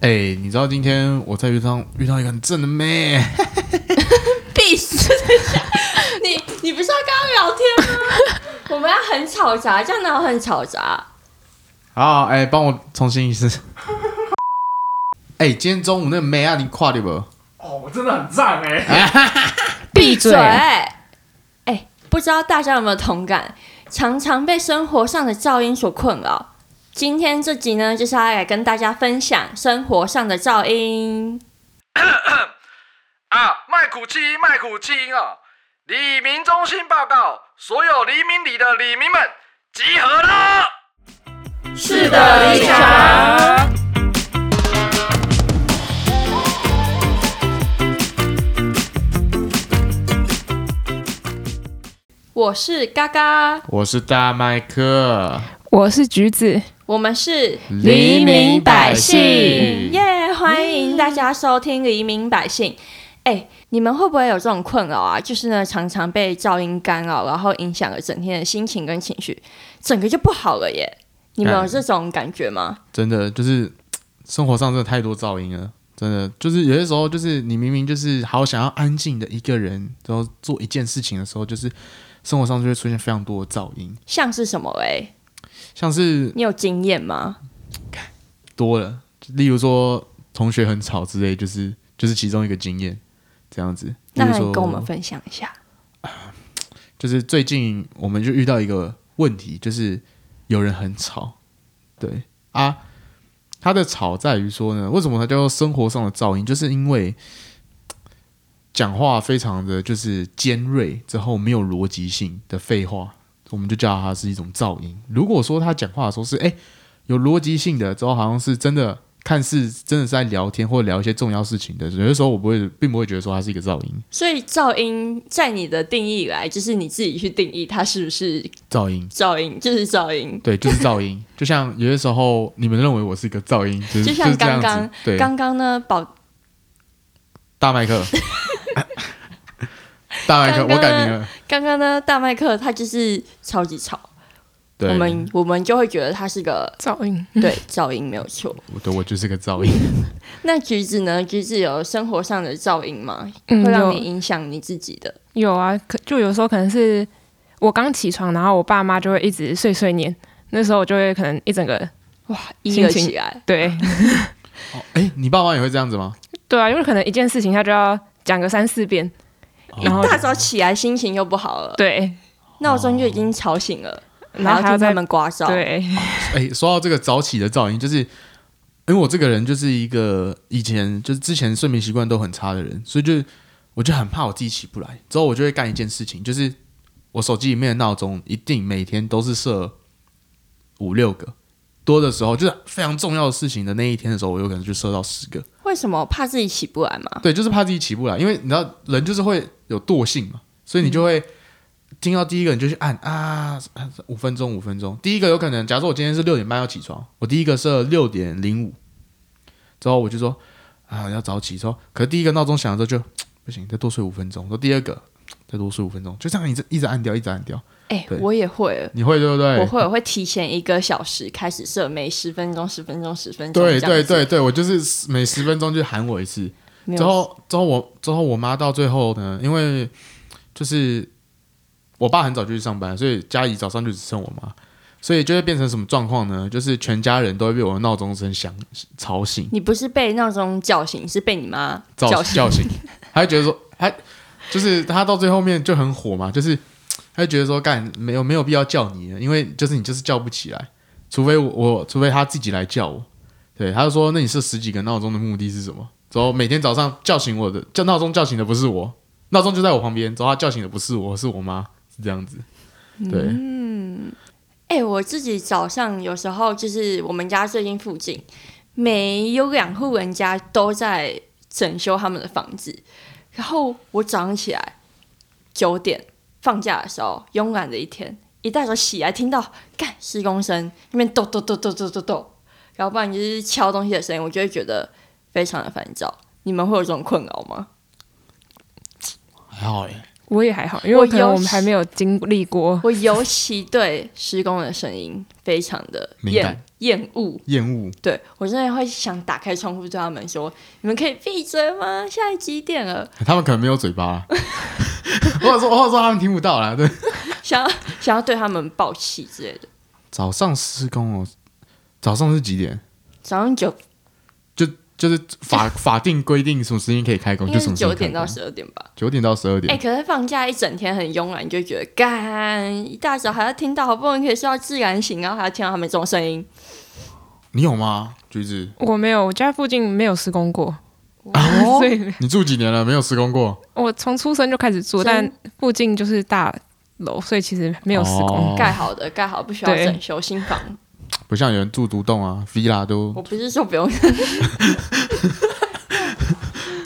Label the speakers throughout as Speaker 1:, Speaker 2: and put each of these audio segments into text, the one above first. Speaker 1: 哎、你知道今天我在遇上遇到一个很正的妹，
Speaker 2: 必须你你不是要跟他聊天吗？我们要很吵杂，这样哪有很吵杂？
Speaker 1: 好，哎、帮我重新一次。 哎、今天中午那个妹啊，你跨掉不？
Speaker 3: 哦，我真的很赞哎、
Speaker 4: 闭嘴
Speaker 2: 哎、不知道大家有没有同感？常常被生活上的噪音所困扰。今天这集呢，就是要来跟大家分享生活上的噪音。
Speaker 3: 啊，麦苦基，麦苦基啊！李明中心报告，所有黎明里的李明们集合了。
Speaker 2: 是
Speaker 4: 的立
Speaker 2: 长。我是嘎嘎，
Speaker 1: 我是大麦克，
Speaker 4: 我是橘子，
Speaker 2: 我们是
Speaker 4: 黎明百姓
Speaker 2: 耶欢迎大家收听《黎明百姓》。哎，你们会不会有这种困扰啊？就是呢，常常被噪音干扰，然后影响了整天的心情跟情绪，整个就不好了耶。你们有
Speaker 1: 嗯
Speaker 2: 这种感觉吗？
Speaker 1: 真的就是生活上真的太多噪音了，真的就是有些时候就是你明明就是好想要安静的一个人，然后做一件事情的时候，就是生活上就会出现非常多的噪音，
Speaker 2: 像是什么嘞？
Speaker 1: 像是
Speaker 2: 你有经验吗？
Speaker 1: 多了，例如说同学很吵之类，就是就是其中一个经验这样子。
Speaker 2: 那
Speaker 1: 例如
Speaker 2: 你
Speaker 1: 说
Speaker 2: 跟我们分享一下。
Speaker 1: 就是最近我们就遇到一个问题，就是有人很吵，对啊，他的吵在于说呢，为什么他叫做生活上的噪音，就是因为嘖讲话非常的就是尖锐之后没有逻辑性的废话，我们就叫它是一种噪音。如果说他讲话的时候是哎、诶有逻辑性的，之后好像是真的。看似真的是在聊天或者聊一些重要事情的，有些时候我不会，并不会觉得说它是一个噪音，
Speaker 2: 所以噪音在你的定义以来，就是你自己去定义它是不是
Speaker 1: 噪音
Speaker 2: 噪音，就是噪音。
Speaker 1: 对，就是噪音。 就像有些时候你们认为我是一个噪音，就是
Speaker 2: 就像
Speaker 1: 是这样
Speaker 2: 刚刚
Speaker 1: 子。对，
Speaker 2: 刚刚呢，宝
Speaker 1: 大麦克， 大麦克，
Speaker 2: 刚刚
Speaker 1: 我改名了。
Speaker 2: 刚刚呢，大麦克他就是超级吵，
Speaker 1: 对，
Speaker 2: 我们我们就会觉得他是 个
Speaker 4: 噪音。
Speaker 2: 对噪音没有错。
Speaker 1: 我对我就是个噪音。
Speaker 2: 那橘子呢？橘子有生活上的噪音吗？
Speaker 4: 嗯
Speaker 2: 会让
Speaker 4: 有
Speaker 2: 你影响你自己的？
Speaker 4: 有啊，可就有时候可能是我刚起床，然后我爸妈就会一直碎碎念，那时候我就会可能一整个
Speaker 2: 哇，一了
Speaker 4: 心情
Speaker 2: 起来，
Speaker 4: 对
Speaker 1: 哦哎、你爸妈也会这样子吗？
Speaker 4: 对啊，因为可能一件事情他就要讲个三四遍，然后
Speaker 2: 大早起来心情又不好了，
Speaker 4: 对
Speaker 2: 闹钟就已经吵醒了，
Speaker 4: 然后
Speaker 2: 哦还
Speaker 4: 还
Speaker 2: 要听
Speaker 4: 要
Speaker 2: 他
Speaker 4: 再
Speaker 2: 们刮噪。
Speaker 4: 对，
Speaker 1: 哎、说到这个早起的噪音，就是因为我这个人就是一个以前就是之前睡眠习惯都很差的人，所以就我就很怕我自己起不来。之后我就会干一件事情，就是我手机里面的闹钟一定每天都是设五六个，多的时候就是非常重要的事情的那一天的时候，我有可能就设到十个。
Speaker 2: 为什么怕自己起不来嘛？
Speaker 1: 对，就是怕自己起不来，因为你知道人就是会有惰性嘛，所以你就会听到第一个你就去按啊，五分钟五分钟。第一个有可能，假如说我今天是六点半要起床，我第一个设六点零五，之后我就说啊要早起，之后可是第一个闹钟响了之后就不行，再多睡五分钟。说第二个再多睡五分钟，就这样一直一直按掉，一直按掉，
Speaker 2: 哎、
Speaker 1: 对
Speaker 2: 我也会了。
Speaker 1: 你会对不对？
Speaker 2: 我会我会提前一个小时开始设，每十分钟、十分钟、十分钟，
Speaker 1: 对对对，对，我就是每十分钟就喊我一次。
Speaker 2: 没
Speaker 1: 之
Speaker 2: 有
Speaker 1: 后之后我之后我妈到最后呢，因为就是我爸很早就去上班，所以家里早上就只剩我妈，所以就会变成什么状况呢？就是全家人都会被我的闹钟声响吵醒，
Speaker 2: 你不是被闹钟叫醒，是被你妈
Speaker 1: 叫
Speaker 2: 叫醒。
Speaker 1: 叫醒，她就觉得说，她就是她到最后面就很火嘛，就是她就觉得说干没有没有必要叫你了，因为就是你就是叫不起来，除非我我除非她自己来叫我，对，她就说那你设十几个闹钟的目的是什么？之后每天早上叫醒我的叫闹钟叫醒的不是我，闹钟就在我旁边，之后她叫醒的不是我是我妈，是这样子，
Speaker 2: 嗯
Speaker 1: 对，
Speaker 2: 哎、我自己早上有时候就是我们家最近附近，每有两户人家都在整修他们的房子，然后我早上起来九点放假的时候，慵懒的一天，一大早起来听到干施工声，那边咚咚咚咚咚咚咚，然后不然就是敲东西的声音，我就会觉得非常的烦躁。你们会有这种困扰吗？
Speaker 1: 还好哎、
Speaker 4: 我也还好，因为
Speaker 2: 我
Speaker 4: 可能
Speaker 2: 有
Speaker 4: 我们还没有经历过。
Speaker 2: 我尤其对施工的声音非常的
Speaker 1: 敏
Speaker 2: 厌
Speaker 1: 感
Speaker 2: 厌恶，
Speaker 1: 厌恶。
Speaker 2: 对我真的会想打开窗户对他们说：“你们可以闭嘴吗？现在几点了？”
Speaker 1: 他们可能没有嘴巴 啦，或者说或者说他们听不到啦。对，
Speaker 2: 想要想要对他们爆气之类的。
Speaker 1: 早上施工哦，早上是几点？
Speaker 2: 早上九
Speaker 1: 就就是 法法定规定什么时间可以开工，
Speaker 2: 应
Speaker 1: 就什
Speaker 2: 该是
Speaker 1: 么时间
Speaker 2: 嗯九
Speaker 1: 开
Speaker 2: 点
Speaker 1: 工
Speaker 2: 到十二点吧。
Speaker 1: 九点到十二
Speaker 2: 哎、
Speaker 1: 点。
Speaker 2: 可是放假一整天很慵懒，你就觉得干一大早还要听到，好不容易可以睡到自然醒，然后还要听到他们这种声音。
Speaker 1: 你有吗，橘子？
Speaker 4: 我没有，我家附近没有施工过，
Speaker 1: 哦
Speaker 4: 所以
Speaker 1: 你住几年了？没有施工过？
Speaker 4: 我从出生就开始住，
Speaker 2: 真
Speaker 4: 但附近就是大楼，所以其实没有施工。
Speaker 1: 哦
Speaker 2: 盖好的盖好不需要
Speaker 4: 对
Speaker 2: 整修新房，
Speaker 1: 不像有人住独栋啊，villa
Speaker 2: 我
Speaker 1: 都
Speaker 2: 不是说不用，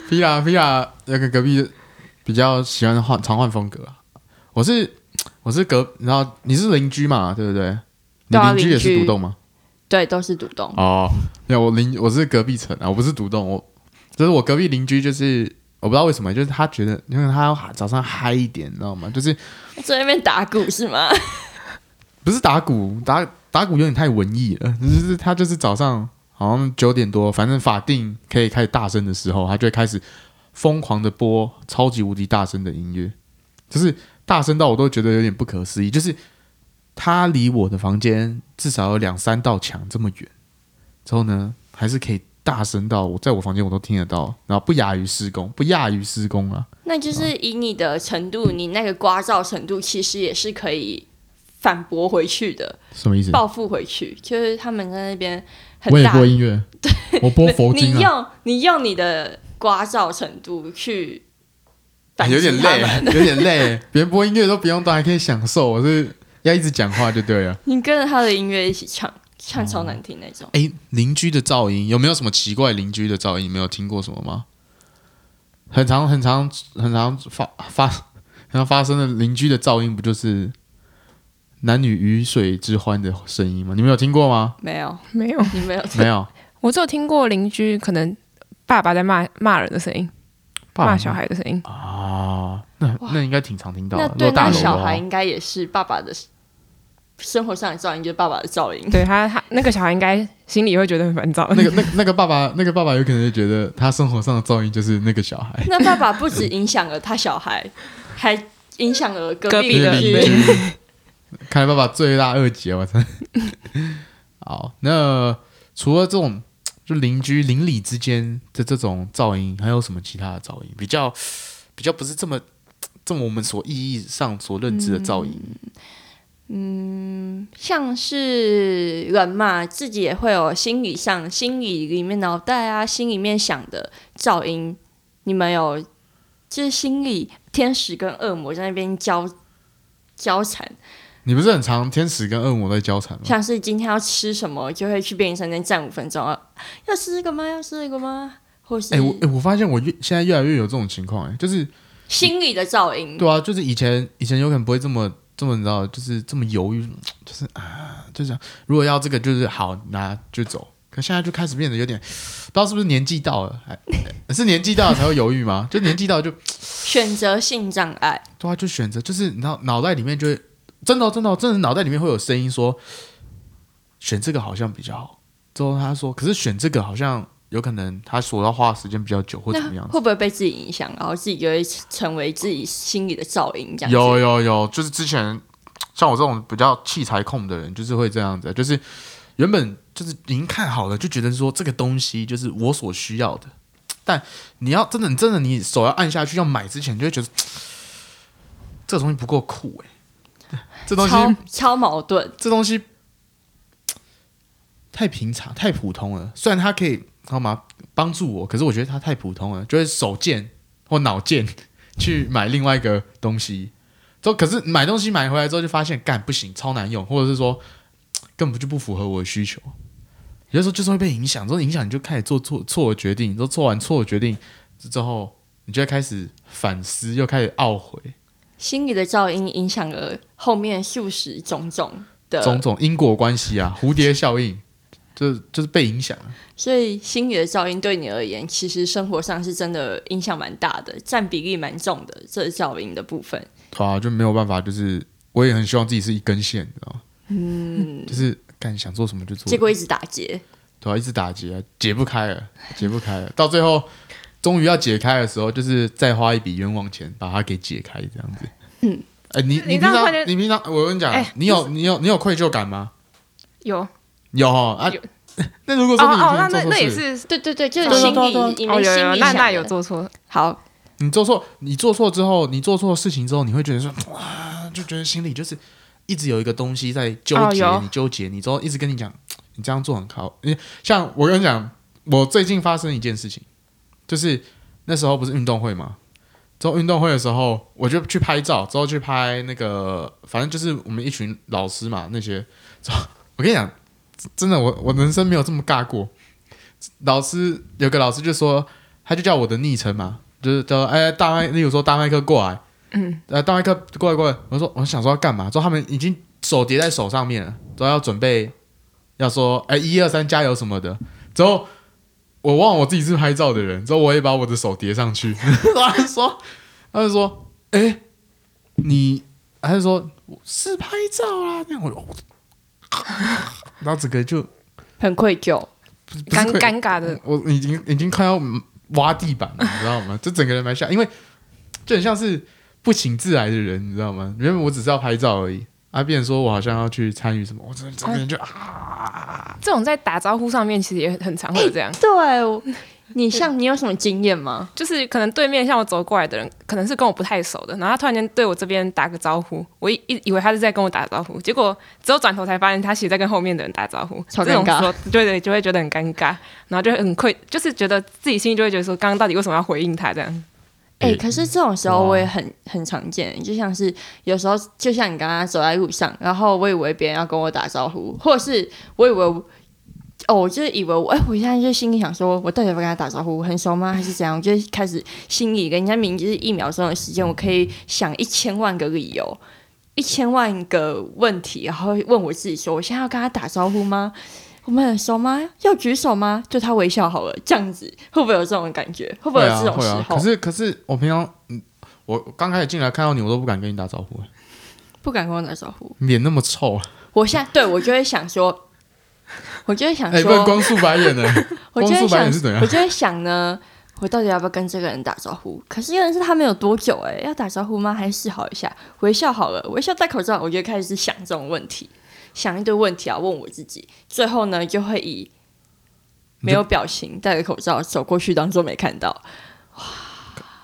Speaker 1: villa villa 那个隔壁比较喜欢换常换风格啊。我是我是隔，然后你是邻居嘛，对不对？你
Speaker 2: 对啊
Speaker 1: 邻居也是
Speaker 2: 邻居
Speaker 1: 独栋吗？
Speaker 2: 对，都是独栋。
Speaker 1: 哦，没有，我邻我是隔壁层啊，我不是独栋，我就是我隔壁邻居，就是我不知道为什么，就是他觉得，因为他要早上嗨一点，你知道吗？就是
Speaker 2: 在那边打鼓是吗？
Speaker 1: 不是打鼓，打打鼓有点太文艺了， 就是他就是早上好像九点多，反正法定可以开始大声的时候，他就会开始疯狂的播超级无敌大声的音乐，就是大声到我都觉得有点不可思议，就是他离我的房间至少有两三道墙这么远，之后呢还是可以大声到我在我房间我都听得到，然后不亚于施工，不亚于施工啊，
Speaker 2: 那就是以你的程度，你那个刮噪程度，其实也是可以反驳回去的，
Speaker 1: 什么意思？
Speaker 2: 报复回去。就是他们在那边很
Speaker 1: 我也
Speaker 2: 大
Speaker 1: 播音 乐，我播佛经
Speaker 2: 你
Speaker 1: 啊，
Speaker 2: 用你用你的刮噪程度去反击
Speaker 1: 哎有点
Speaker 2: 他
Speaker 1: 累
Speaker 2: 们，，
Speaker 1: 有点累。 别人播音乐都不用动，还可以享受。我是要一直讲话就对了。
Speaker 2: 你跟着他的音乐一起唱，
Speaker 1: 嗯
Speaker 2: 唱超难听那种。
Speaker 1: 哎，邻居的噪音有没有什么奇怪？邻居的噪音，你没有听过什么吗？很常、很常、很常发发、很常发生的邻居的噪音，不就是男女鱼水之欢的声音吗？你们有听过 吗？
Speaker 2: 没 有，
Speaker 4: 没有，
Speaker 2: 你没有听
Speaker 1: 没有。
Speaker 4: 我只有听过邻居可能爸爸在骂骂人的声音，
Speaker 1: 爸爸
Speaker 4: 骂小孩的声音。
Speaker 1: 啊，那那应该挺常听到的。
Speaker 2: 那
Speaker 1: 如
Speaker 2: 对
Speaker 1: 果大
Speaker 2: 那
Speaker 1: 楼的啊哦
Speaker 2: 小
Speaker 1: 话
Speaker 2: 孩应该也是爸爸的生活上的噪音，就是爸爸的噪音。
Speaker 4: 对他，他那个小孩应该心里会觉得很烦躁。
Speaker 1: 那个、那、那个爸爸，那个爸爸有可能就觉得他生活上的噪音就是那个小孩。
Speaker 2: 那爸爸不止影响了他小孩，还影响了隔
Speaker 4: 隔
Speaker 2: 壁
Speaker 4: 壁
Speaker 2: 的
Speaker 4: 的
Speaker 1: 邻
Speaker 2: 邻居。
Speaker 1: 居，看来爸爸罪大恶极，我操！ 好，那除了这种就邻居邻里之间的这种噪音，还有什么其他的噪音比较比较不是这么这么我们所意义上所认知的噪音？
Speaker 2: 嗯像是人嘛，自己也会有心理上、心理里面脑袋啊、心里面想的噪音。你们有就是心理天使跟恶魔在那边交交缠，
Speaker 1: 你不是很常天使跟恶魔在交缠吗？
Speaker 2: 像是今天要吃什么，就会去便利商店站五分钟啊，要吃这个吗？要吃这个吗？或是
Speaker 1: 哎、我哎、我发现我越现在越来越有这种情况，哎，就是
Speaker 2: 心理的噪音，
Speaker 1: 对啊，就是以前以前有可能不会这么这么你知道，就是这么犹豫，就是啊，就想如果要这个就是好拿就走。可现在就开始变得有点，不知道是不是年纪到了，还是年纪到了才会犹豫吗？ 就年纪到就
Speaker 2: 选择性障碍。
Speaker 1: 对啊，就选择就是你脑脑袋里面就会真的哦真的哦真的脑袋里面会有声音说选这个好像比较好。之后他说，可是选这个好像有可能他所要花的时间比较久或怎么
Speaker 2: 那
Speaker 1: 样子。
Speaker 2: 会不会被自己影响，然后自己就会成为自己心里的噪音这样子？
Speaker 1: 有有有，就是之前像我这种比较器材控的人，就是会这样子，就是原本就是已经看好了，就觉得说这个东西就是我所需要的，但你要真的真的你手要按下去要买之前，你就会觉得这个东西不够酷哎、这东西
Speaker 2: 超超矛盾。
Speaker 1: 这东西太平常、太普通了。虽然它可以好吗帮助我，可是我觉得它太普通了，就是手贱或脑贱去买另外一个东西。之后可是买东西买回来之后就发现，干不行，超难用，或者是说根本就不符合我的需求。有的时候就是会被影响，之后影响你就开始做错错的决定，你都做完错的决定之后，你就会开始反思，又开始懊悔，
Speaker 2: 心理的噪音影响了后面数十种种的
Speaker 1: 种种因果关系啊，蝴蝶效应。就是就是被影响了。
Speaker 2: 所以心理的噪音对你而言，其实生活上是真的影响蛮大的，占比例蛮重的，这是噪音的部分。
Speaker 1: 对啊，就没有办法，就是我也很希望自己是一根线，你知道吗？嗯，就是干想做什么就做，
Speaker 2: 结果一直打结，
Speaker 1: 对啊，一直打结啊，解不开了，解不开了，到最后终于要解开的时候，就是再花一笔冤枉钱把它给解开，这样子。
Speaker 2: 嗯，
Speaker 1: 哎、你
Speaker 4: 你
Speaker 1: 你平
Speaker 4: 这样
Speaker 1: 常
Speaker 4: 会
Speaker 1: 你平常我跟你讲，啊
Speaker 4: 哎
Speaker 1: 你有你有你有愧疚感吗？
Speaker 4: 有哦
Speaker 1: 有哦啊
Speaker 4: 有。
Speaker 1: 那如果说你
Speaker 4: 哦
Speaker 1: 平，常
Speaker 4: 那
Speaker 1: 做
Speaker 4: 那
Speaker 1: 错
Speaker 4: 那也
Speaker 1: 事，
Speaker 4: 是
Speaker 2: 对对对，就是
Speaker 1: 对
Speaker 2: 心
Speaker 1: 对对
Speaker 2: 理，你
Speaker 4: 哦，
Speaker 2: 们
Speaker 4: 有
Speaker 2: 心
Speaker 4: 有
Speaker 2: 理
Speaker 4: 那
Speaker 2: 上
Speaker 4: 那
Speaker 2: 的
Speaker 4: 有做错，
Speaker 2: 好，
Speaker 1: 你做错，你做错之后，你做错事情之后，你会觉得说，哇，就觉得心里就是一直有一个东西在纠
Speaker 4: 哦
Speaker 1: 结
Speaker 4: 有
Speaker 1: 你，纠结你之后，一直跟你讲，你这样做很好。因为 像我跟你讲，我最近发生一件事情，就是那时候不是运动会嘛，之后运动会的时候，我就去拍照，之后去拍那个，反正就是我们一群老师嘛，那些，之后我跟你讲，真的，我我人生没有这么尬过。老师有个老师就说，他就叫我的昵称嘛，就是叫哎、大麦，例如说大麦克过来，嗯，呃大麦克过来过来，我说我想说要干嘛？之后他们已经手叠在手上面了，之后要准备要说哎一二三加油什么的，之后我忘了我自己是拍照的人，之后我也把我的手叠上 去，他就说他就说哎、你，他就说我是拍照啦，那样我就，然后整个就
Speaker 2: 很愧疚。
Speaker 1: 不是不是
Speaker 4: 尴
Speaker 1: 愧
Speaker 4: 尴尬的，
Speaker 1: 我已经已经快要挖地板了，你知道吗？就整个人蛮像，因为就很像是不请自来的人，你知道吗？原本我只是要拍照而已，啊，变成说我好像要去参与什么，我整整个人就啊，
Speaker 4: 这种在打招呼上面其实也很常会这样，
Speaker 2: 对，我 你像你有什么经验吗？
Speaker 4: 就是可能对面向我走过来的人，可能是跟我不太熟的，然后他突然间对我这边打个招呼，我一一以为他是在跟我打招呼，结果只有转头才发现他其实在跟后面的人打招呼，
Speaker 2: 超
Speaker 4: 这种
Speaker 2: 尴尬
Speaker 4: 时候，对对，就会觉得很尴尬，然后就很愧，就是觉得自己心里就会觉得说，刚刚到底为什么要回应他这样？
Speaker 2: 哎、
Speaker 1: 诶
Speaker 2: 可是这种时候
Speaker 1: 哇
Speaker 2: 我也很很常见，就像是有时候，就像你刚刚走在路上，然后我以为别人要跟我打招呼，或者是我以为我，哦，我就是以为我，哎、我现在就心里想说，我到底要不要跟他打招呼，很熟吗，还是怎样？我就开始心里跟人家明就是一秒钟的时间，我可以想一千万个理由，一千万个问题，然后问我自己说，我现在要跟他打招呼吗？我们很熟吗？要举手吗？对他微笑好了，这样子会不会有这种感觉？会不会有
Speaker 1: 啊
Speaker 2: 这种
Speaker 1: 会
Speaker 2: 时候？
Speaker 1: 啊。可是可是我平常，嗯，我刚开始进来看到你，我都不敢跟你打招呼，
Speaker 2: 不敢跟我打招呼。
Speaker 1: 脸那么臭，啊
Speaker 2: 我现在对我就会想说， 我就会想
Speaker 1: 哎，不
Speaker 2: 说，
Speaker 1: 能光素白眼呢，
Speaker 2: 我
Speaker 1: 光
Speaker 2: 就会
Speaker 1: 速白
Speaker 2: 想
Speaker 1: 眼是怎样
Speaker 2: 我就会想呢，我到底要不要跟这个人打招呼？可是认识他没有多久、哎，要打招呼吗？还是示好一下？微笑好了，微笑戴口罩，我就开始想这种问题，想一堆问题啊，问我自己，最后呢就会以没有表情、戴着口罩走过去，当做没看到。
Speaker 1: 哎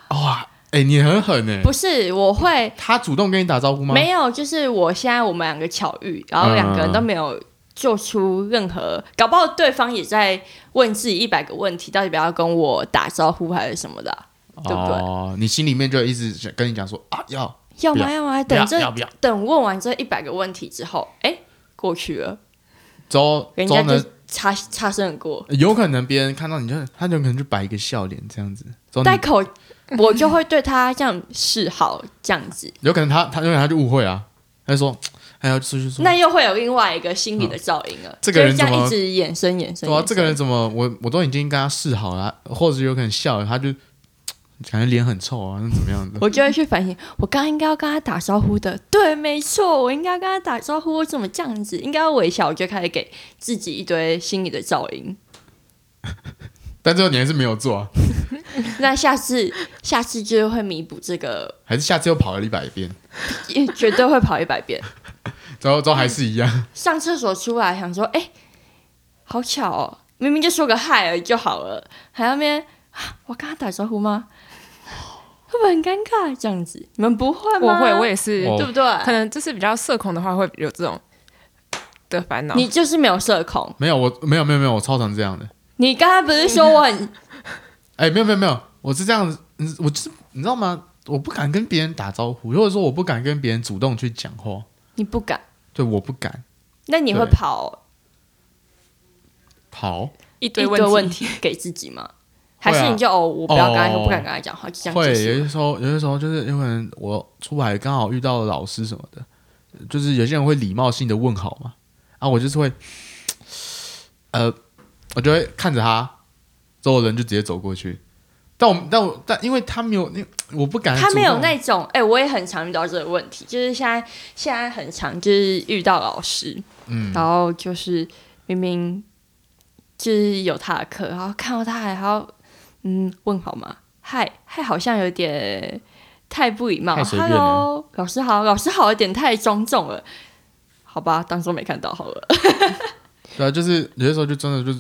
Speaker 1: 哇，哎，你很狠呢。
Speaker 2: 不是，我会
Speaker 1: 他主动跟你打招呼吗？
Speaker 2: 没有，就是我现在我们两个巧遇，然后两个人都没有做出任何，搞不好对方也在问自己一百个问题，到底要不要跟我打招呼还是什么的啊、对不对
Speaker 1: 哦，你心里面就一直想跟你讲说啊，要
Speaker 2: 要
Speaker 1: 不
Speaker 2: 吗？
Speaker 1: 要
Speaker 2: 要吗？
Speaker 1: 不要
Speaker 2: 等这
Speaker 1: 要不要
Speaker 2: 等问完这一百个问题之后，哎，过去了，
Speaker 1: 周
Speaker 2: 人
Speaker 1: 周
Speaker 2: 家
Speaker 1: 呢
Speaker 2: 就擦擦身而过。
Speaker 1: 有可能别人看到你就，他就可能就摆一个笑脸这样子，然后
Speaker 2: 戴
Speaker 1: 你
Speaker 2: 口，我就会对他这样示好，这样子，
Speaker 1: 有可能他他有可能他就误会啊，他就说，哎呀，出去说，
Speaker 2: 那又会有另外一个心理的噪音了。
Speaker 1: 嗯这个人
Speaker 2: 就是这
Speaker 1: 怎
Speaker 2: 样
Speaker 1: 么
Speaker 2: 一直衍生衍生。
Speaker 1: 对啊，
Speaker 2: 衍生
Speaker 1: 这个人怎么我我都已经跟他示好了，啊或者有可能笑了，他就感觉脸很臭啊，那怎么样子？
Speaker 2: 我就会去反省，我刚刚应该要跟他打招呼的。对，没错，我应该要跟他打招呼，我怎么这样子？应该要微笑，我就开始给自己一堆心理的噪音。
Speaker 1: 但最后你还是没有做啊，
Speaker 2: 那下次，下次就会弥补这个，
Speaker 1: 还是下次又跑了一百遍，
Speaker 2: 也绝对会跑一百遍。
Speaker 1: 然后之后还是一 样，
Speaker 2: 上厕所出来想说，哎、好巧哦，明明就说个嗨而已就好了，还要那边、啊、我跟他打招呼吗？会不会很尴尬？这样子，你们不会
Speaker 4: 我
Speaker 2: 吗？
Speaker 4: 会，我也是，
Speaker 1: 哦
Speaker 2: 对不对？
Speaker 4: 可能就是比较社恐的话会有这种的烦恼。
Speaker 2: 你就是没有社恐。
Speaker 1: 没有我没有没有没有，我超常这样的，
Speaker 2: 你刚才不是说我很
Speaker 1: 哎，没有没有没有，我是这样子，嗯我就是你知道吗？我不敢跟别人打招呼，或者说我不敢跟别人主动去讲话，
Speaker 2: 你不敢？
Speaker 1: 对，我不敢
Speaker 2: 那你会
Speaker 1: 对
Speaker 2: 跑
Speaker 1: 跑。
Speaker 4: 一
Speaker 2: 一
Speaker 4: 堆
Speaker 2: 个
Speaker 4: 问
Speaker 2: 问
Speaker 4: 题，
Speaker 2: 题 给自己吗？
Speaker 1: 会
Speaker 2: 还
Speaker 1: 啊
Speaker 2: 是你就哦，我不要跟他，
Speaker 1: 哦
Speaker 2: 我不敢跟他讲话，就这样
Speaker 1: 会有
Speaker 2: 结束。
Speaker 1: 些时候，有些时候就是有可能我出海刚好遇到老师什么的，就是有些人会礼貌性的问好嘛，啊，我就是会，呃，我就会看着他，之后人就直接走过去。但我但我但因为他没有，那我不敢主动。
Speaker 2: 他没有那种，哎、我也很常遇到这个问题，就是现在现在很常就是遇到老师，
Speaker 1: 嗯
Speaker 2: 然后就是明明就是有他的课，然后看到他还要嗯问好吗？嗨嗨，好像有点太不礼貌。
Speaker 1: 太随便了
Speaker 2: Hello，老师好，老师好，有点太庄重了。好吧，当中没看到好了。
Speaker 1: 对啊，就是有些时候就真的就是，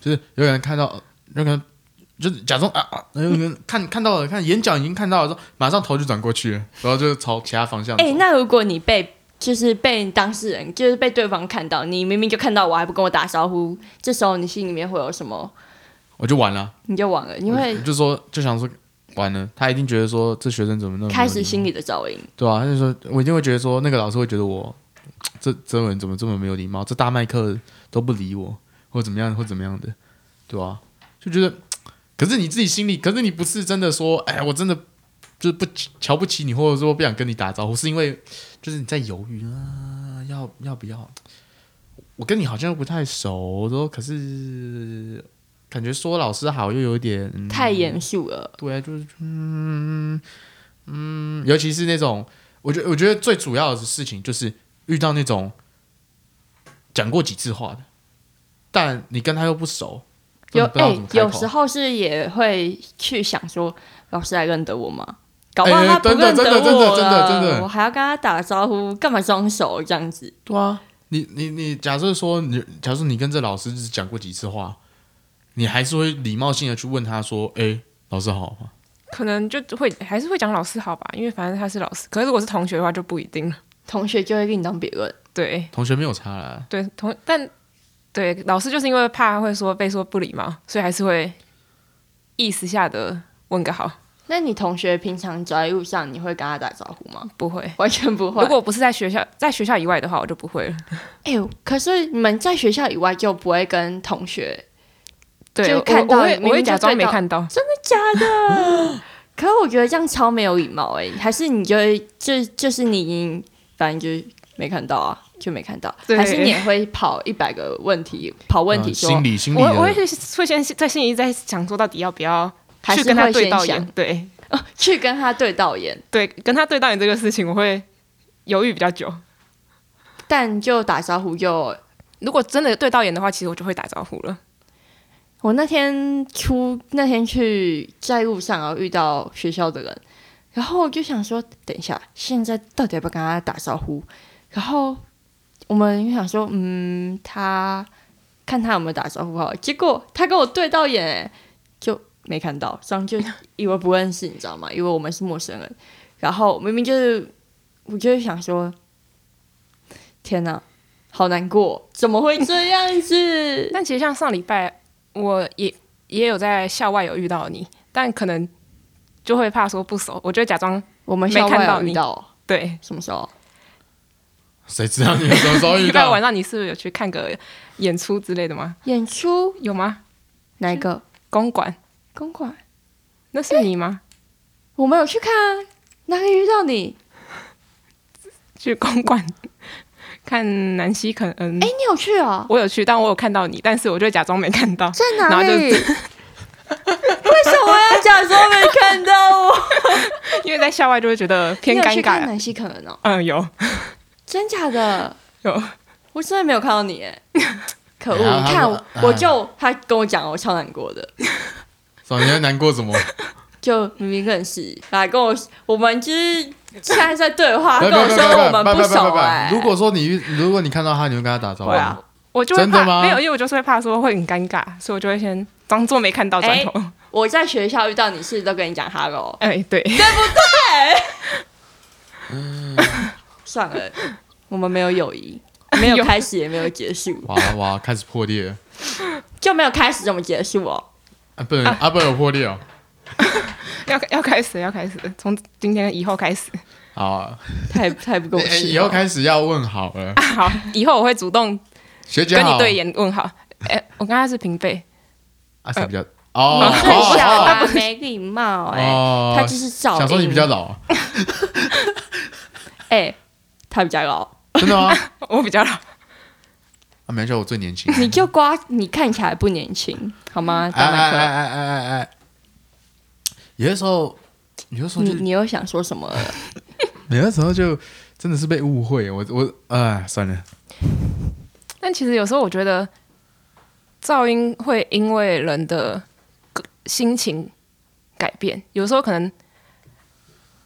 Speaker 1: 就是有人看到，呃有可能就是假装啊啊，有人看看到了，看眼角已经看到了，之后马上头就转过去了，然后就朝其他方向走。
Speaker 2: 哎、那如果你被就是被当事人，就是被对方看到，你明明就看到我，还不跟我打招呼，这时候你心里面会有什么？
Speaker 1: 我就完了，
Speaker 2: 你就完了，你
Speaker 1: 我
Speaker 2: 会
Speaker 1: 就就说就想说完了，他一定觉得说这学生怎么那么
Speaker 2: 开始心
Speaker 1: 理，
Speaker 2: 里的噪音。
Speaker 1: 对啊，他就说我一定会觉得说那个老师会觉得我这这个人怎么这么没有礼貌，这大麦克都不理我，或怎么样或怎么样的，对啊，就觉得，可是你自己心里，可是你不是真的说，哎，我真的就是不瞧不起你，或者说不想跟你打招呼，是因为就是你在犹豫啊，要要不要？我跟你好像又不太熟，然后可是感觉说老师好又有点、嗯、
Speaker 2: 太严肃了，
Speaker 1: 对，啊就是嗯嗯，尤其是那种，我觉得我觉得最主要的事情就是遇到那种讲过几次话的，但你跟他又不熟，
Speaker 2: 有
Speaker 1: 哎、
Speaker 2: 哎、有时候是也会去想说，老师还认得我吗？搞不好
Speaker 1: 哎
Speaker 2: 他不
Speaker 1: 真的
Speaker 2: 认得
Speaker 1: 真的真的
Speaker 2: 我
Speaker 1: 真的真
Speaker 2: 了，
Speaker 1: 的
Speaker 2: 我还要跟他打招呼，干嘛装熟这样子？
Speaker 1: 对啊，你你你，假设说你，假设你跟这老师只讲过几次话，你还是会礼貌性的去问他说，哎、老师好吗？
Speaker 4: 可能就会还是会讲老师好吧，因为反正他是老师。可是如果是同学的话就不一定了。
Speaker 2: 同学就会另当别论。
Speaker 4: 对
Speaker 1: 同学没有差啦，
Speaker 4: 对，同但对老师就是因为怕会说被说不礼貌，所以还是会意思下的问个好，
Speaker 2: 那你同学平常走在路上，你会跟他打招呼吗？
Speaker 4: 不会。
Speaker 2: 完全不会。
Speaker 4: 如果不是在学校，在学校以外的话，我就不会了。
Speaker 2: 哎、呦，可是你们在学校以外就不会跟同学，
Speaker 4: 对，
Speaker 2: 就
Speaker 4: 我
Speaker 2: 看到
Speaker 4: 我会
Speaker 2: 明明
Speaker 4: 我会
Speaker 2: 就
Speaker 4: 假装
Speaker 2: 对
Speaker 4: 没
Speaker 2: 到
Speaker 4: 看到。
Speaker 2: 真的假的？可是我觉得这样超没有礼貌哎、还是你就会就就是你已经反正就是没看到啊，就没看到，
Speaker 4: 对
Speaker 2: 还是你也会跑一百个问题，跑问题
Speaker 1: 嗯
Speaker 2: 说、
Speaker 1: 心理心理
Speaker 4: 我我会
Speaker 1: 的，
Speaker 4: 会先在心里在想说，到底要不要
Speaker 2: 还
Speaker 4: 去
Speaker 2: 是
Speaker 4: 跟他
Speaker 2: 会
Speaker 4: 对
Speaker 2: 先
Speaker 4: 到眼
Speaker 2: 想？
Speaker 4: 对
Speaker 2: 去跟他对到眼，
Speaker 4: 对，跟他对到眼这个事情，我会犹豫比较久。
Speaker 2: 但就打招呼就。
Speaker 4: 如果真的对到眼的话，其实我就会打招呼了。
Speaker 2: 我那天出那天去在路上，然后遇到学校的人，然后我就想说，等一下，现在到底要不要跟他打招呼？然后我们就想说，嗯，他看他有没有打招呼好了。结果他跟我对到眼、欸，就没看到，这样就以为不认识，你知道吗？以为我们是陌生人。然后明明就是，我就是想说，天哪，好难过，怎么会这样 子？
Speaker 4: 但其实像上礼拜，我也也有在校外有遇到你，但可能就会怕说不熟，我就会假装
Speaker 2: 我们
Speaker 4: 没
Speaker 2: 校
Speaker 4: 看
Speaker 2: 外
Speaker 4: 到
Speaker 2: 有遇
Speaker 4: 你
Speaker 2: 到
Speaker 4: 对。
Speaker 2: 什么时候？
Speaker 1: 谁知道你们什么时哦候遇
Speaker 4: 礼拜
Speaker 1: 到？
Speaker 4: 晚上你是不是有去看个演出之类的吗？
Speaker 2: 演出
Speaker 4: 有吗？
Speaker 2: 哪一个？
Speaker 4: 公馆
Speaker 2: 公馆？
Speaker 4: 那是你吗？
Speaker 2: 我们有去看啊，哪里遇到你？
Speaker 4: 去公馆看南希肯恩。
Speaker 2: 哎、你有去哦？
Speaker 4: 我有去，但我有看到你，但是我就假装没看到。
Speaker 2: 在
Speaker 4: 然
Speaker 2: 哪
Speaker 4: 后
Speaker 2: 里？
Speaker 4: 就
Speaker 2: 为什么要假装没看到 我？
Speaker 4: 因为在校外就会觉得偏
Speaker 2: 你有
Speaker 4: 尴
Speaker 2: 去看
Speaker 4: 尬。
Speaker 2: 南希可能哦，
Speaker 4: 嗯，有
Speaker 2: 真假的？
Speaker 4: 有，
Speaker 2: 我真的没有看到你 哎，可恶！
Speaker 1: 哎呀
Speaker 2: 你看
Speaker 1: 他
Speaker 2: 我，
Speaker 1: 哎
Speaker 2: 我就他跟我讲，我超难过的，
Speaker 1: 怎么你在难过什么？
Speaker 2: 就明明认识，来跟我，我们就是现在在对话，
Speaker 1: 不
Speaker 2: 跟
Speaker 1: 要不要
Speaker 2: 我
Speaker 1: 不
Speaker 2: 说
Speaker 1: 要
Speaker 2: 我
Speaker 1: 不要
Speaker 2: 们
Speaker 1: 不要
Speaker 2: 不
Speaker 1: 不要
Speaker 2: 熟
Speaker 1: 不
Speaker 2: 哎
Speaker 1: 要！。如果说你遇，如果你看到他，你会跟他打招呼
Speaker 4: 对啊
Speaker 1: 吗？，
Speaker 4: 我就会
Speaker 1: 真的吗
Speaker 4: 怕没有，因为我就说会怕说会很尴尬，所以我就会先装作没看到转头。
Speaker 2: 我在学校遇到你是都跟你讲 hello，
Speaker 4: 哎、对，
Speaker 2: 算了， 我们没有友 谊，没有
Speaker 4: 有
Speaker 2: 开始也没有结束，
Speaker 1: 哇哇，开始破裂了
Speaker 2: 就没有开始怎么结束哦？
Speaker 1: 啊！不能啊，不能有破裂哦。
Speaker 4: 要要开始要开始，从今天以后开始。
Speaker 1: 好啊，
Speaker 2: 太太不够
Speaker 1: 哎
Speaker 2: 吃。
Speaker 1: 以后开始要问好了，
Speaker 4: 好，以后我会主动
Speaker 1: 学姐
Speaker 4: 跟
Speaker 1: 好
Speaker 4: 你对眼问好。哎、我刚才是平 辈，
Speaker 1: 啊，谁比较哦？
Speaker 2: 你最小
Speaker 1: 哦
Speaker 2: 啊，没礼貌哎、
Speaker 1: 哦
Speaker 2: 他就是
Speaker 1: 哦
Speaker 2: 找
Speaker 1: 想说你比较老，
Speaker 2: 哎、他比较老，
Speaker 1: 真的吗？
Speaker 4: 我比较老。
Speaker 1: 啊，没事，我最年轻。
Speaker 2: 你就刮，你看起来不年轻，好吗？
Speaker 1: 哎
Speaker 2: 大
Speaker 1: 哎
Speaker 2: 麦克，
Speaker 1: 哎哎哎哎哎，有的时候，有的时候
Speaker 2: 你
Speaker 1: 就
Speaker 2: 你又想说什么了？
Speaker 1: 有的时候就真的是被误会。我我哎，算了，
Speaker 4: 但其实有时候我觉得，噪音会因为人的个心情改变。有时候可能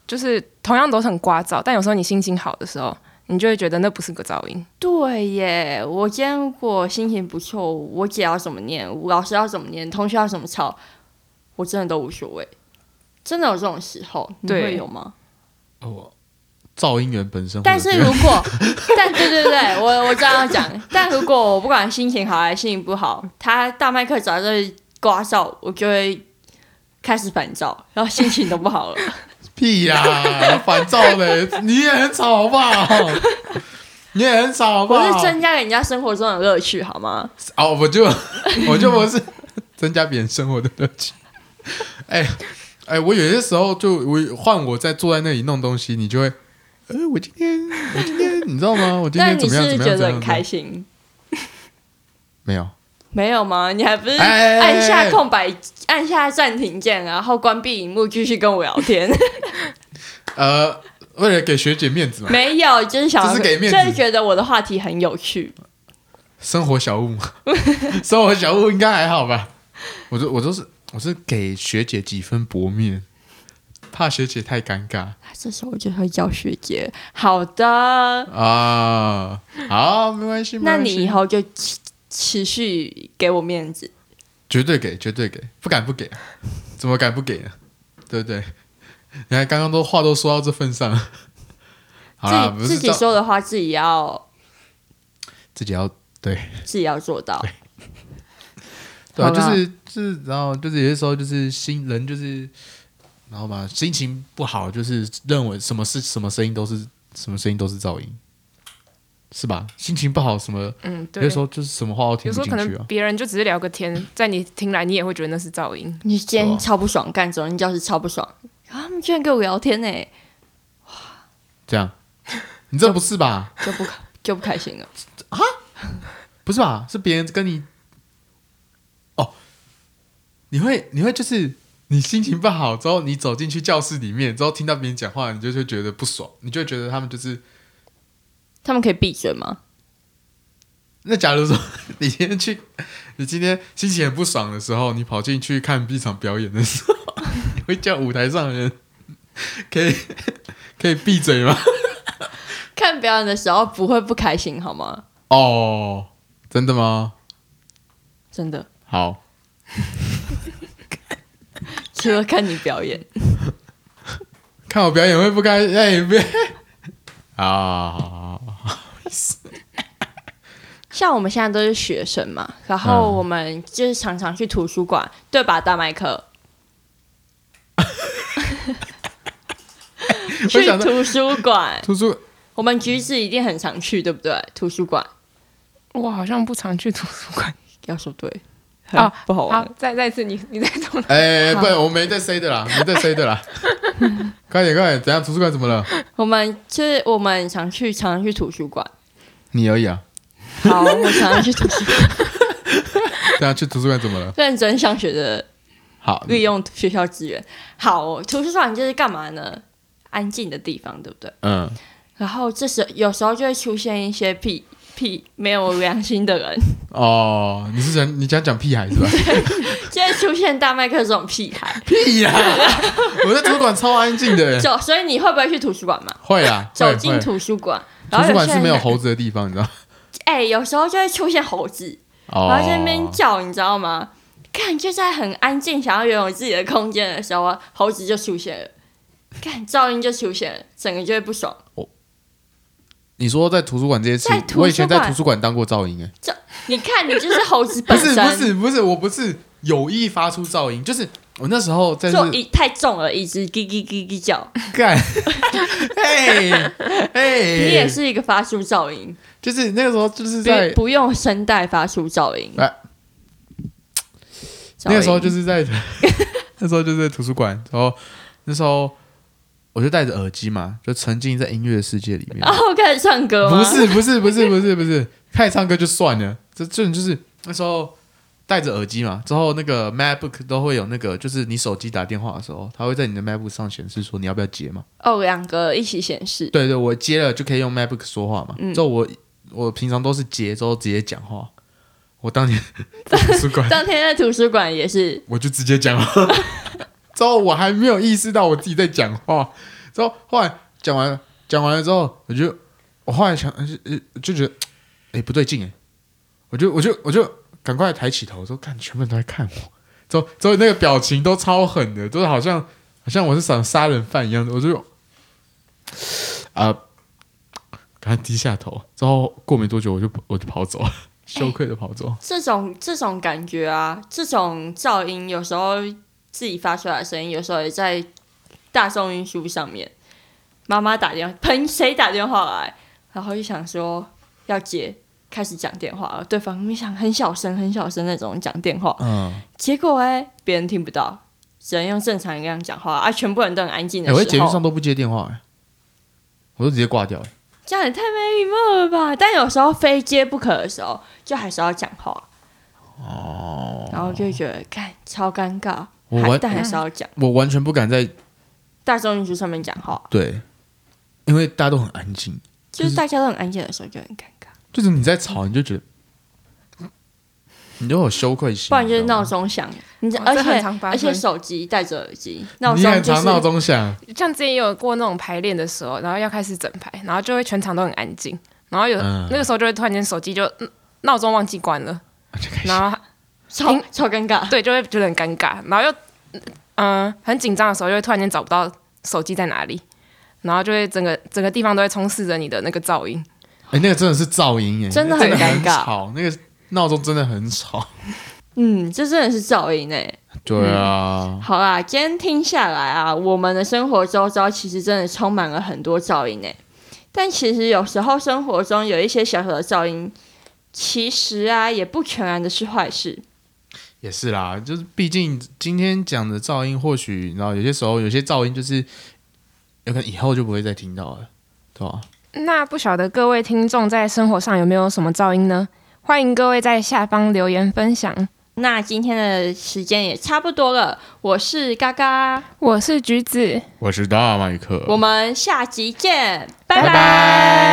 Speaker 4: 就是同样都是很聒噪，但有时候你心情好的时候，你就会觉得那不是个噪音。
Speaker 2: 对耶，我今天如果心情不错，我姐要怎么念，我老师要怎么念，同学要怎么吵，我真的都无所谓。真的有这种时候，你
Speaker 4: 对
Speaker 2: 会有吗？
Speaker 1: 我噪音源本身会有
Speaker 2: 但是
Speaker 1: 这个，
Speaker 2: 如 果，但对对对，我我这样讲，但如果我不管心情好还是心情不好，他大麦克只要在刮噪，我就会开始烦躁，然后心情都 不好了。
Speaker 1: 屁呀、 烦躁嘞！你也很吵，好不好？你也很吵，好不
Speaker 2: 我
Speaker 1: 好？
Speaker 2: 是增加人家生活中的乐趣，好吗？
Speaker 1: 哦，我就 我就不是 增加别人生活的乐趣。哎哎，我有些时候就我换我在坐在那里弄东西，你就会，呃，我今天我今天你知道吗？我今
Speaker 2: 但
Speaker 1: 天
Speaker 2: 你
Speaker 1: 怎么
Speaker 2: 是
Speaker 1: 样怎
Speaker 2: 不是
Speaker 1: 么
Speaker 2: 觉
Speaker 1: 样怎么
Speaker 2: 得很
Speaker 1: 样？
Speaker 2: 开心？
Speaker 1: 没有，
Speaker 2: 没有吗？你还不是
Speaker 1: 哎哎哎哎
Speaker 2: 按下空白，按下暂停键，然后关闭荧幕，继续跟我聊天？
Speaker 1: 呃，为了给学姐面子嘛，
Speaker 2: 没有，就是想要，
Speaker 1: 这是给面子
Speaker 2: 就是觉得我的话题很有趣。
Speaker 1: 生活小物嘛， 生活小物应该还好吧？我就我都是我是给学姐几分薄面，怕学姐太尴尬
Speaker 2: 这时候我就会叫学姐。好的，
Speaker 1: 啊。好，没关系，没
Speaker 2: 那
Speaker 1: 关
Speaker 2: 你
Speaker 1: 系
Speaker 2: 以后就持持续给我面子。
Speaker 1: 绝对给，绝对给，不敢不给，啊怎么敢不给呢？啊对不对？你看刚刚都话都说到这份上了，好啦，不
Speaker 2: 自己
Speaker 1: 是
Speaker 2: 自己
Speaker 1: 照
Speaker 2: 说的话，自己要
Speaker 1: 自己要对
Speaker 2: 自己要做到。
Speaker 1: 对、啊，
Speaker 2: 好
Speaker 1: 就
Speaker 2: 啦
Speaker 1: 是就是，然后就是有些时候就是心人就是，然后嘛心情不好，就是认为什么事什么声音都是什么声音都是噪音，是吧？心情不好什么，
Speaker 4: 嗯，
Speaker 1: 有
Speaker 4: 对。
Speaker 1: 些时候就是什么话都听
Speaker 4: 有时
Speaker 1: 不
Speaker 4: 候
Speaker 1: 进
Speaker 4: 可
Speaker 1: 去
Speaker 4: 能
Speaker 1: 啊。
Speaker 4: 别人就只是聊个天，在你听来你也会觉得那是噪音。
Speaker 2: 你今
Speaker 1: 是吧
Speaker 2: 天超不爽，干走人教室超不爽，啊他们居然跟我聊天欸呢、
Speaker 1: 这样， 你这不是吧？
Speaker 2: 就不就不开 心了。
Speaker 1: 不是吧？是别人跟你哦，你会你会就是你心情不好之后，你走进去教室里面之后，听到别人讲话，你就会觉得不爽，你就会觉得他们就是。
Speaker 2: 他们可以闭嘴吗？
Speaker 1: 那假如说 你今天去，你今天心情很不爽的时候，你跑进去看一场表演的时候， 你会叫舞台上的人 可以 可以闭嘴吗？
Speaker 2: 看表演的时候不会不开心好吗？
Speaker 1: 哦，真的吗？
Speaker 2: 真的，
Speaker 1: 好，
Speaker 2: 除了看你表演，
Speaker 1: 看我表演会不开心，哎、 别啊，好好好
Speaker 2: 像我们现在都是学生嘛，然后
Speaker 1: 嗯
Speaker 2: 我们就是常常去图书馆，对吧，大麦克？
Speaker 1: 我
Speaker 2: 去
Speaker 1: 想到
Speaker 2: 图书馆，
Speaker 1: 图书
Speaker 2: 我们橘子一定很常去，对不对？图书馆
Speaker 4: 我好像不常去图书馆
Speaker 2: 要说对
Speaker 4: 啊，
Speaker 2: 不哦好玩
Speaker 4: 好，再再一次你你再重来。
Speaker 1: 哎、不，我没在 C 的啦，没在 C 的啦。快点，快点，怎样？图书馆怎么了？
Speaker 2: 我们就是我们常去，常常去图书 馆。
Speaker 1: 你而已啊。
Speaker 2: 好，我常常去图书馆，
Speaker 1: 等下去图书馆怎么了？
Speaker 2: 认真上学的
Speaker 1: 好，
Speaker 2: 利用学校资源。好，图书馆就是干嘛呢？安静的地方，对不对？
Speaker 1: 嗯，
Speaker 2: 然后这时有时候就会出现一些屁屁没有良心 的人，
Speaker 1: 哦，你是想你想讲屁孩是吧？
Speaker 2: 就会出现大麦克这种 屁孩。
Speaker 1: 屁呀、我在图书馆超安静的、
Speaker 2: 走，所以你会不会去图书馆嘛？
Speaker 1: 会啊，
Speaker 2: 走
Speaker 1: 会
Speaker 2: 进
Speaker 1: 会
Speaker 2: 图书馆，然
Speaker 1: 图书
Speaker 2: 后有
Speaker 1: 馆
Speaker 2: 些
Speaker 1: 是
Speaker 2: 人
Speaker 1: 没有猴子的地方，你知 道？
Speaker 2: 哎、有时候就会出现猴子，
Speaker 1: 哦，
Speaker 2: 然后在那边叫，你知道吗？看，就在很安静，想要拥有自己的空间的时候啊，猴子就出现了，看噪音就出现了，整个就会不爽。
Speaker 1: 你说在图书馆这些事
Speaker 2: 在图书，馆
Speaker 1: 我以前在图书馆当过噪音、哎，
Speaker 2: 这你看，你就是猴子
Speaker 1: 不
Speaker 2: 本
Speaker 1: 是
Speaker 2: 身，
Speaker 1: 不是不是，我不是有意发出噪音，就是哎我那时候在
Speaker 2: 就
Speaker 1: 这
Speaker 2: 一太重了，一直叽叽叽叽叫，
Speaker 1: 干， 嘿，嘿，
Speaker 2: 你也是一个发出噪音，
Speaker 1: 就是那个时候就是在
Speaker 2: 不不用声带发出噪音。
Speaker 1: 哎那个时候就是是在 那时候就是在图书馆，然后那时候我就戴着耳机嘛，就沉浸在音乐世界里面。
Speaker 2: 哦然后开始唱歌吗？
Speaker 1: 不，是不是不是不是不是，开始唱歌就算了，这这种就是那时候戴着耳机嘛，之后那个 MacBook 都会有那个，就是你手机打电话的时候，它会在你的 MacBook 上显示说你要不要接嘛。
Speaker 2: 哦，两个一起显示。
Speaker 1: 对对，我接了就可以用 MacBook 说话嘛。之后我我平常都是接之后直接讲话，我当年 在图书馆
Speaker 2: 当天在图书馆也是，
Speaker 1: 我就直接讲话， 之后我还没有意识到我自己在讲话，之后后来讲完讲完了之后，我就我后来想呃呃就觉得哎不对劲哎，我就我就我就赶快抬起头说看全部人都在看我，之后之后那个表情都超狠的，就是好像好像我是想杀人犯一样的，我就啊。赶快低下头，之后过没多久我就我就跑走了，羞愧的跑走。
Speaker 2: 这种这种感觉啊，这种噪音有时候自己发出来的声音，有时候也在大众运输上面，妈妈打电话，朋谁打电话来，然后就想说要接，开始讲电话了，对方你想很小声很小声那种讲电话，
Speaker 1: 嗯，
Speaker 2: 结果哎、别人听不到，只能用正常音量讲话啊，全部人都很安静的
Speaker 1: 欸我在捷
Speaker 2: 时
Speaker 1: 运
Speaker 2: 候，
Speaker 1: 上都不接电话、欸，我都直接挂掉、欸。
Speaker 2: 这样也太没礼貌了吧？但有时候非接不可的时候，就还是要讲话。哦。然后就会觉得，看超尴尬，
Speaker 1: 我嗯
Speaker 2: 还
Speaker 1: 完
Speaker 2: 但还是要讲。
Speaker 1: 我完全不敢在
Speaker 2: 大众运输上面讲话，
Speaker 1: 对，因为大家都很安静，
Speaker 2: 就是大家都很安静的时候就很尴尬，
Speaker 1: 就是你在吵，你就觉得你就有羞愧心，
Speaker 2: 不然就是
Speaker 1: 你知道
Speaker 2: 闹
Speaker 1: 吗
Speaker 2: 钟响，你知
Speaker 4: 哦
Speaker 2: 而
Speaker 4: 这很
Speaker 2: 且
Speaker 4: 常发生
Speaker 2: 而且手机戴着耳机，闹
Speaker 1: 你很
Speaker 2: 钟就
Speaker 1: 常闹
Speaker 2: 是
Speaker 1: 钟响，
Speaker 4: 像之前也有过那种排练的时候，然后要开始整排，然后就会全场都很安静，然后有、
Speaker 1: 嗯
Speaker 4: 那个时候就会突然间手机就嗯闹钟忘记关了，
Speaker 1: 就开始
Speaker 4: 然后
Speaker 2: 超
Speaker 4: 听
Speaker 2: 超尴尬。
Speaker 4: 对就会觉得很尴尬，然后又嗯、呃很紧张的时候就会突然间找不到手机在哪里，然后就会整个整个地方都会充斥着你的那个噪音，
Speaker 1: 哎、那个 真的是噪音、欸，
Speaker 2: 真的很
Speaker 1: 很
Speaker 2: 尴尬
Speaker 1: 吵，那个闹钟真的很 吵。
Speaker 2: 嗯，这真的是噪音哎、
Speaker 1: 对啊，
Speaker 2: 好啦，今天听下来啊，我们的生活周遭其实真的充满了很多噪音诶。欸但其实有时候生活中有一些小小的噪音，其实啊也不全然的是坏事。
Speaker 1: 也是啦，就是毕竟今天讲的噪音，或许然后有些时候有些噪音就是有可能以后就不会再听到了，对吧、
Speaker 4: 那不晓得各位听众在生活上有没有什么噪音呢？欢迎各位在下方留言分享。
Speaker 2: 那今天的时间也差不多了，我是嘎嘎，
Speaker 4: 我是橘子，
Speaker 1: 我是大马宇克，
Speaker 2: 我们下集见，拜
Speaker 1: 拜拜